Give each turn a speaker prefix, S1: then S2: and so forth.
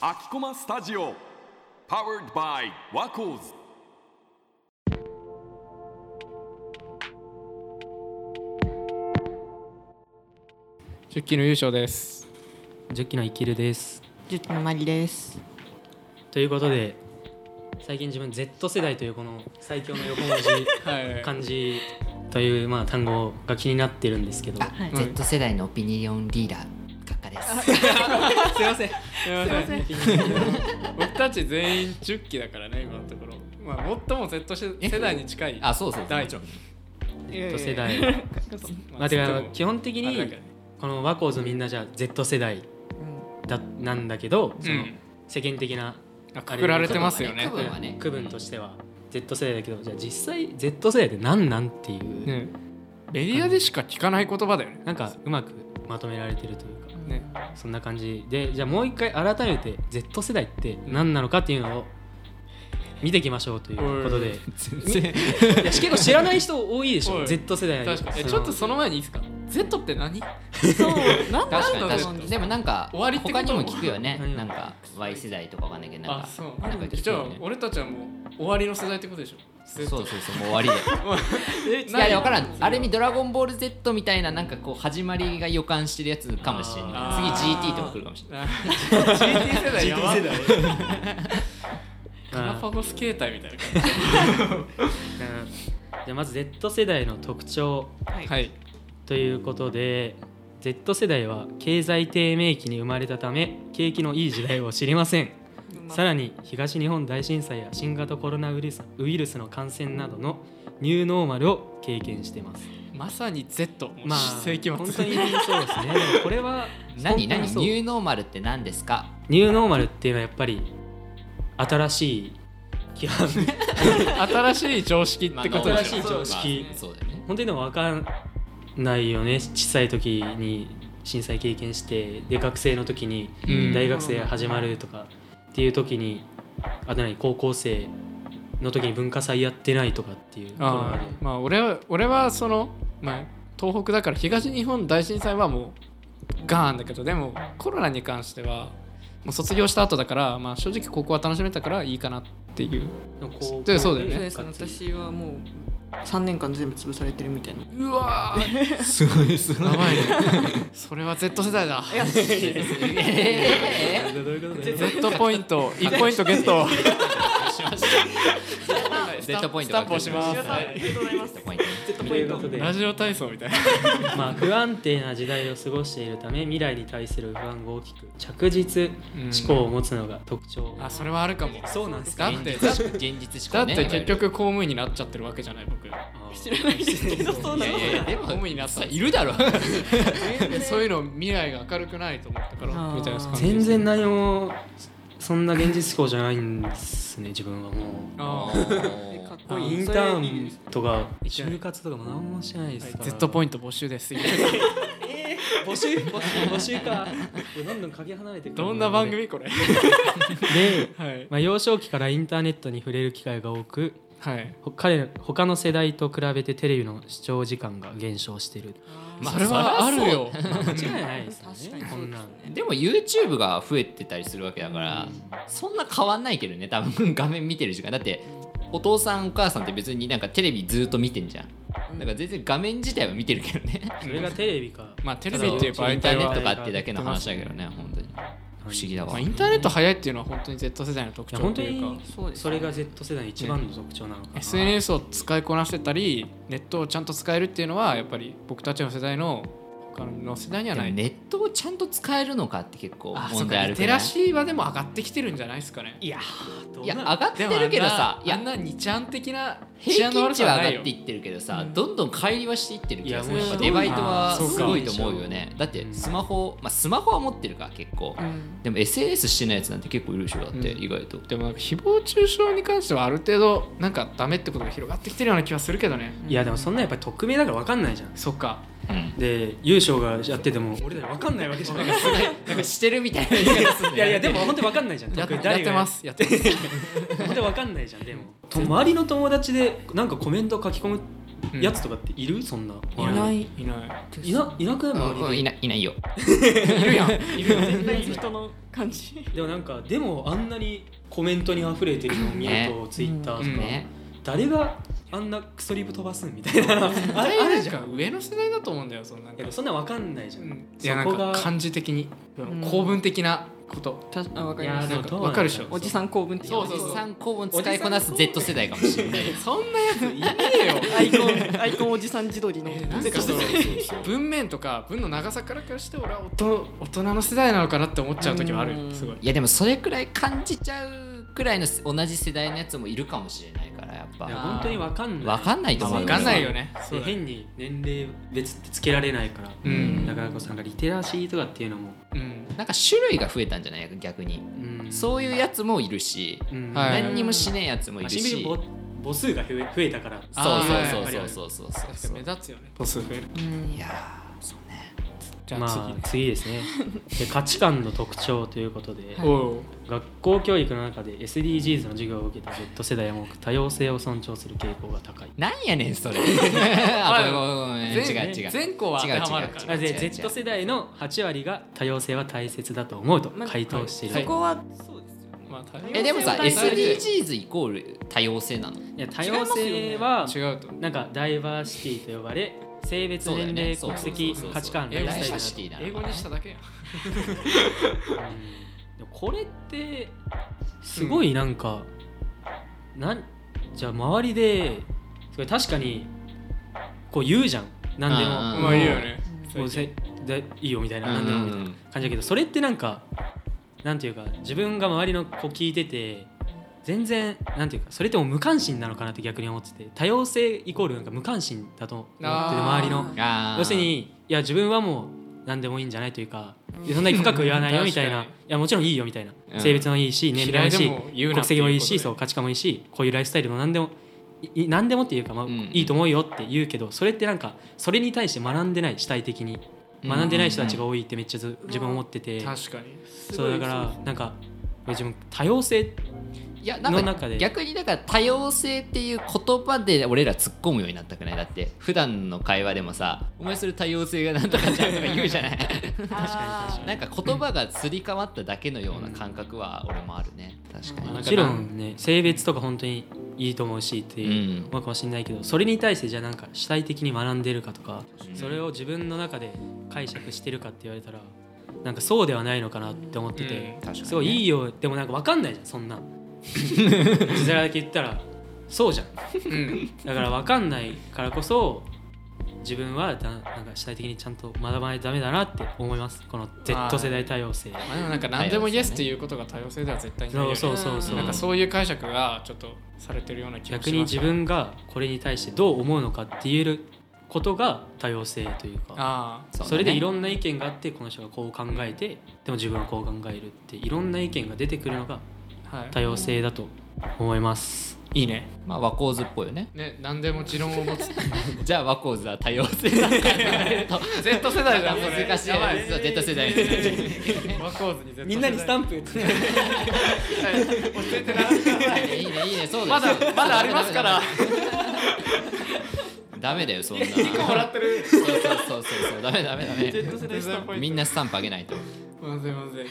S1: アキコマスタジオ Powered by ワコーズ
S2: 10期の優勝です
S3: 10期の生きるです
S4: 十期のまりです。
S3: ということで最近自分 Z 世代というこの最強の横文字
S2: はい
S3: 漢字というまあ単語が気になってるんですけど
S4: はい。
S5: Z 世代のオピニオンリーダー閣下です
S2: すいませんすいません僕たち全員10期だからね今のところまあ最も Z 世世代に近い
S5: あそうそう
S2: 大丈夫
S3: Z 世代ま
S2: ま
S3: あ
S2: あ
S3: てか
S2: でも
S3: 基本的
S2: あれだけ
S3: に
S2: どね
S3: このワコーズみんなじゃあ Z 世代だなんだけどその
S2: うん
S3: 世間的な
S2: あくくられてますよね
S5: 区分はね
S3: 区分としては Z 世代だけどじゃあ実際 Z 世代って何なんっていう、
S2: ねメディアでしか聞かない言葉だよね
S3: なんかうまくまとめられてるというか
S2: ね
S3: そんな感じでじゃあもう一回改めて Z 世代って何なのかっていうのを見ていきましょうというこ とで
S2: 全然
S3: いや結構知らない人多いでし
S2: お
S3: ょ
S2: い
S3: Z 世代
S2: 確かにえ
S3: の
S2: ちょっとその前にいいですか Z って何
S4: そう。なんな
S5: 確かに
S4: んだ
S5: 確
S4: ろ
S5: か
S4: うね
S5: にでもなんか
S2: 終わりってこと
S5: 他にも聞くよね
S3: うん
S5: なんか Y 世代とかわかんないけどなん
S2: あ
S5: か
S2: そう
S5: なんか聞く
S2: じゃあ
S5: よね
S2: 俺たちはもう終わりの世代ってことでしょ
S5: そう
S2: Z
S5: そうそうもう終わりで
S2: え
S5: いやい
S2: 何
S5: や分からんある 意味「ドラゴンボール Z」みたいななんかこう始まりが予感してるやつかもしれない
S2: あー
S5: 次 GT とか来るかもしれない
S2: あ GT 世代やばガラ
S3: あ
S2: パゴス形態みたいな感
S3: ーうんじゃあまず Z 世代の特徴
S4: はい
S2: じ。はい
S3: ということで Z 世代は経済低迷期に生まれたため景気のいい時代を知りませんさらに東日本大震災や新型コロナウイルスウイルスの感染などのニューノーマルを経験してます
S2: まさに Z
S3: まあ
S2: 世紀末
S3: 本当にそうですねでもこれ は
S5: 何
S3: 本当に
S5: 何ニ
S3: そう
S5: ューノーマルって何ですか
S3: ニューノーマルっていうのはやっぱり新しい基本
S2: 新しい常識ってことでしょ
S3: まあ常識
S5: まあそうだよね
S3: 本当にでも分かんないよね小さい時に震災経験してで学生の時に
S2: うん
S3: 大学生始まるとかっていう時にあと何高校生の時に文化祭やってないとかっていうところま
S2: あ
S3: で
S2: ーまあ俺は俺はその、まあ、東北だから東日本大震災はもうガーンだけどでもコロナに関してはもう卒業した後だから、まあ、正直ここは楽しめたからいいかなっていう
S3: の高校
S2: でそうだよ
S4: そ
S2: ね
S4: うですね。私はもう三年間全部潰されてるみたいな。
S2: うわー
S5: すごいすご
S2: やばいね それは Z 世代だ
S4: いや、
S3: どういうことだよ
S2: Z ポイント1ポイントゲット
S5: Z ポイン
S2: ス
S5: ト
S2: タンプ押します
S4: ありがとうございます。
S3: ということで
S2: ラジオ体操みたいな
S3: まあ、不安定な時代を過ごしているため未来に対する不安が大きく着実思考を持つのが特徴、
S2: あそれはあるかも
S3: そうなんです
S2: だ
S3: か
S2: って
S5: 現実し
S2: だ
S5: か
S2: っ
S5: ね
S2: て結局公務員になっちゃってるわけじゃない僕
S3: 知らないですけどそう
S5: いやいやいやで
S2: 公
S5: も
S2: 務員になったら
S5: いるだろ
S2: そういうの未来が明るくないと思ったから
S4: あー
S2: みたいな感じ
S3: 全然何もそんな現実思考じゃないんですね自分はも
S2: あ
S4: かっ
S3: う
S4: こい
S3: イ
S4: い。
S3: ンターンとか就活とかも何もしてないですから、
S2: ー Z ポ
S3: イン
S2: イント募集 です
S3: ト募集募集募集 かどんどんかけ離れてくる
S2: どんな番組これ
S3: で、
S2: はい
S3: まあ、幼少期からインターネットに触れる機会が多く
S2: はい
S3: ほ彼ら他の世代と比べてテレビの視聴時間が減少してる
S5: まあ
S2: それはあるよ
S3: 間違いないですよ
S4: 確か
S3: ね
S4: に
S3: こ
S4: そうんで
S3: な
S4: す
S3: ん
S4: ね。
S5: でも YouTube が増えてたりするわけだから、そんな変わんないけどね多分 画面見てる時間だってお父さんお母さんって別になんかテレビずっと見てんじゃんだから全然画面自体は見てるけどね
S3: それがテレビか
S2: まあテレビっていう
S3: そう
S2: 媒
S5: インタ
S2: 体
S5: ーネ
S2: は
S5: ットかってだけの話だけどね本当に不思議だわ、
S2: まあインターネット早いっていうのは本当に Z 世代の特
S3: いや
S2: 徴
S3: 本
S2: と
S3: 当
S2: いうか
S3: に
S4: そうです
S3: それが Z 世代の一番の特徴なのかな、
S2: SNS を使いこなしてたりネットをちゃんと使えるっていうのはやっぱり僕たちの世代の他の世代には
S5: で
S2: な
S5: も
S2: い
S5: ネットをちゃんと使えるのかって結構
S2: あそう
S5: 問
S2: か
S5: 題あ
S2: リ
S5: る
S2: テ
S5: けど
S2: ラシーはでも上がってきてるんじゃないですかね
S3: いやーどう
S5: い
S3: な
S5: や上がってるけどさい
S2: あん
S5: や
S2: な2ちゃん的な
S5: 平均値は上
S2: ない
S5: が
S2: よ
S5: っていってるけどさ、どんどん乖離はしていってる気がする
S3: い
S5: や
S3: や
S5: っぱ
S3: もう
S5: デバイト
S2: あ
S5: は
S2: ーそうか
S5: すごいと思うよねだってスマホ、まあ、スマホは持ってるから結構、
S4: うん
S5: でも SNS してないやつなんて結構いるでしょだって、
S2: うん
S5: 意外と
S2: でもなんか誹謗中傷に関してはある程度なんかダメってことが広がってきてるような気はするけどね
S3: いやでもそんなやっぱり匿名だから分かんないじゃん
S2: そっか
S5: うん
S3: で優勝がやってても俺ら分かんないわけじゃないい
S5: なんかしてるみたいな言い方すんだよね
S3: やいやで も本当分かんないじゃん
S2: やっ
S3: 特に
S2: やっ
S3: 誰
S2: て
S3: が
S2: ますやってます
S3: 本当分かんないじゃんでもと周りの友達でなんかコメント書き込む
S2: うん
S3: やつとかっているそんな。
S2: い
S4: ないい
S2: いない
S3: いないなくない周り
S5: うん
S3: に
S5: いないいないよ
S2: いるやん
S5: いるよ
S4: 全体の人の感じ
S3: でもなんかでもあんなにコメントに溢れてるのを見ると、ツイッターとか、
S5: ね
S3: 誰があんなクソリブ飛ばすみたいなあ
S2: あ
S3: れ
S2: れ
S3: あ
S2: あ
S3: る
S2: れ
S3: じゃ
S2: か
S3: ん
S2: 上の世代だと思うんだよそのなん
S3: で
S2: か
S3: もそんなんわかんないじゃん、
S2: いやな
S3: そこ
S2: ん
S3: が
S2: か漢字的に
S4: ん
S2: 構文的なこと
S4: たあわかり
S3: い
S4: ま
S3: や
S4: す
S3: で
S2: な
S3: も
S2: んか
S3: どうなんだろう
S2: わかるでしょ
S4: おじさん公文的な
S2: そうそうそう
S5: 3公文使いこなす Z 世代かもしれない
S2: そんなやついねえ よ
S4: アイコンアイコンおじさん自撮りの
S2: なんかその 文面とか文の長さからからして俺は大人大人の世代なのかなって思っちゃう時はある
S4: うん
S2: すごい
S5: いやでもそれくらい感じちゃうくらいの同じ世代のやつもいるかもしれないからやっ
S3: いや
S5: ぱ
S3: 本当にわかんない
S5: わかんないと思う
S2: わかんないよね
S3: で変に年齢別ってつけられないから、
S2: う
S4: うん
S2: ん
S3: だからこそなんかリテラシーとかっていうのも、
S2: うん
S5: なんか種類が増えたんじゃない逆に
S3: うん
S5: そういうやつもいるし
S3: う、ん
S2: はい
S5: 何にもしねえやつもいる
S3: シンビ
S5: し
S3: リ母母数が増え増えたから
S5: そうそう
S2: あー
S5: そうそうそうそう
S2: 確か
S5: そ
S2: に
S5: う
S2: 目立つよね歩数増える
S4: うん
S5: いやーそうね
S2: じゃ
S3: ま
S2: あ
S3: あ
S2: 次、
S3: 次ですねで価値観の特徴ということで、
S2: おう
S3: 学校教育の中で SDGs の授業を受けた Z 世代は多く多様性を尊重する傾向が高い
S5: なんやねんそれあごめんごめんごめん違う
S2: 全
S5: 違う
S2: 全校は当てはまるか
S5: 違う違う違う
S2: ら
S3: なぜ
S5: 違う違う
S3: Z 世代の8割が多様性は大切だと思うと
S4: まあ
S3: 回答している、
S2: は
S4: そ
S2: い
S4: こは
S2: まあ
S5: えでもさ
S4: 多様性は大事
S5: SDGs イコール多様性なの
S3: いや多様性は、
S2: 違うと
S3: なんかダイバーシティと呼ばれ性別、
S5: そうだよ
S3: 年
S5: ね
S3: 齢
S5: そう
S3: 国
S5: そう
S3: 籍
S5: そう
S3: 価値観
S5: 英
S3: ラ
S5: 語
S3: イ
S5: に
S3: フスタイ
S5: したら
S3: ル
S5: シティだな
S2: 英語にしただけやん
S3: うんでもこれってすごいなんか、なんじゃあ周りですごい確かにこう言うじゃん何でも
S5: あー
S2: まあいいよね
S3: もうせでいいよみたいな
S5: うん
S3: 何
S5: う
S3: でもみ
S5: んう
S3: たいなん感じだけどそれってなんかなんていうか自分が周りの子聞いてて全然なんていうかそれってもう無関心なのかなって逆に思ってて多様性イコールなんか無関心だと思ってて
S2: あー
S3: 周りの
S5: あー
S3: 要するにいや自分はもう何でもいいんじゃないというかそんなに深く言わないよみたいな
S2: 確
S3: い
S2: か
S3: やもちろんいいよみたいな
S5: うん
S3: 性別もいいし年齢
S2: 嫌
S3: もいい
S2: い
S3: し
S2: でも言うな
S3: 国
S2: っていうこと
S3: 籍
S2: で
S3: もいいしそう価値観もいいしこういうライフスタイルも何でもいい何でもっていうかまあ
S5: うん
S3: いいと思うよって言うけどそれってなんかそれに対して学んでない主体的に学んでない人たちが多いってめっちゃず自分思ってて
S2: 確かに
S3: そうだからなんか自分多様性
S5: いやなんか
S3: の中で
S5: 逆にだから多様性っていう言葉で俺ら突っ込むようになったくないだって普段の会話でもさ「お前それ多様性がなんとかじゃん」とか言うじゃない
S4: 確
S3: か
S5: なんか言葉がすり替わっただけのような感覚は俺もあるね確か
S2: うん
S5: に
S3: もちろんね性別とか本当にいいと思うしっていう思うかもしれないけどそれに対してじゃあなんか主体的に学んでるかとか
S5: うん
S3: それを自分の中で解釈してるかって言われたらなんかそうではないのかなって思ってて
S5: 確かにね
S3: すごいいいよでもなんか分かんないじゃんそんなん実際だけ言ったらそうじゃん
S2: うん
S3: だから分かんないからこそ自分はだなんか主体的にちゃんと学ばないとダメだなって思いますこの Z 世代多様性
S2: まあでもなんか何でもイエスっていうことが多様性では絶対にないよ
S3: そ
S2: ね
S3: うそうそうそう
S2: なんかそういう解釈がちょっとされてるような気が
S3: 逆
S2: し
S3: に
S2: ます
S3: 自分がこれに対してどう思うのかって言えることが多様性というか
S2: ああ
S5: そうだね
S3: それでいろんな意見があってこの人がこう考えてでも自分はこう考えるっていろんな意見が出てくるのが
S2: はい
S3: 多様性だと思います
S2: いいね
S5: まあ和光図っぽいよね
S2: ね何でも持論を持つ
S5: じゃあ和光図は多 様性だ
S2: Z 世代じゃんそれ
S5: 難しい
S2: やばい
S5: そう Z 世代ですね
S2: ワコーズに Z 世代
S3: ンプ
S2: 落ち着いてない
S5: いねいいねそうです
S2: まだまだありますから
S5: ダメだよそ んな
S2: 1個もらってる
S5: そうそうそうそうダメダメダメ
S2: Z 世代スタンプ
S5: みんなスタンプあげないと
S2: まずいまずい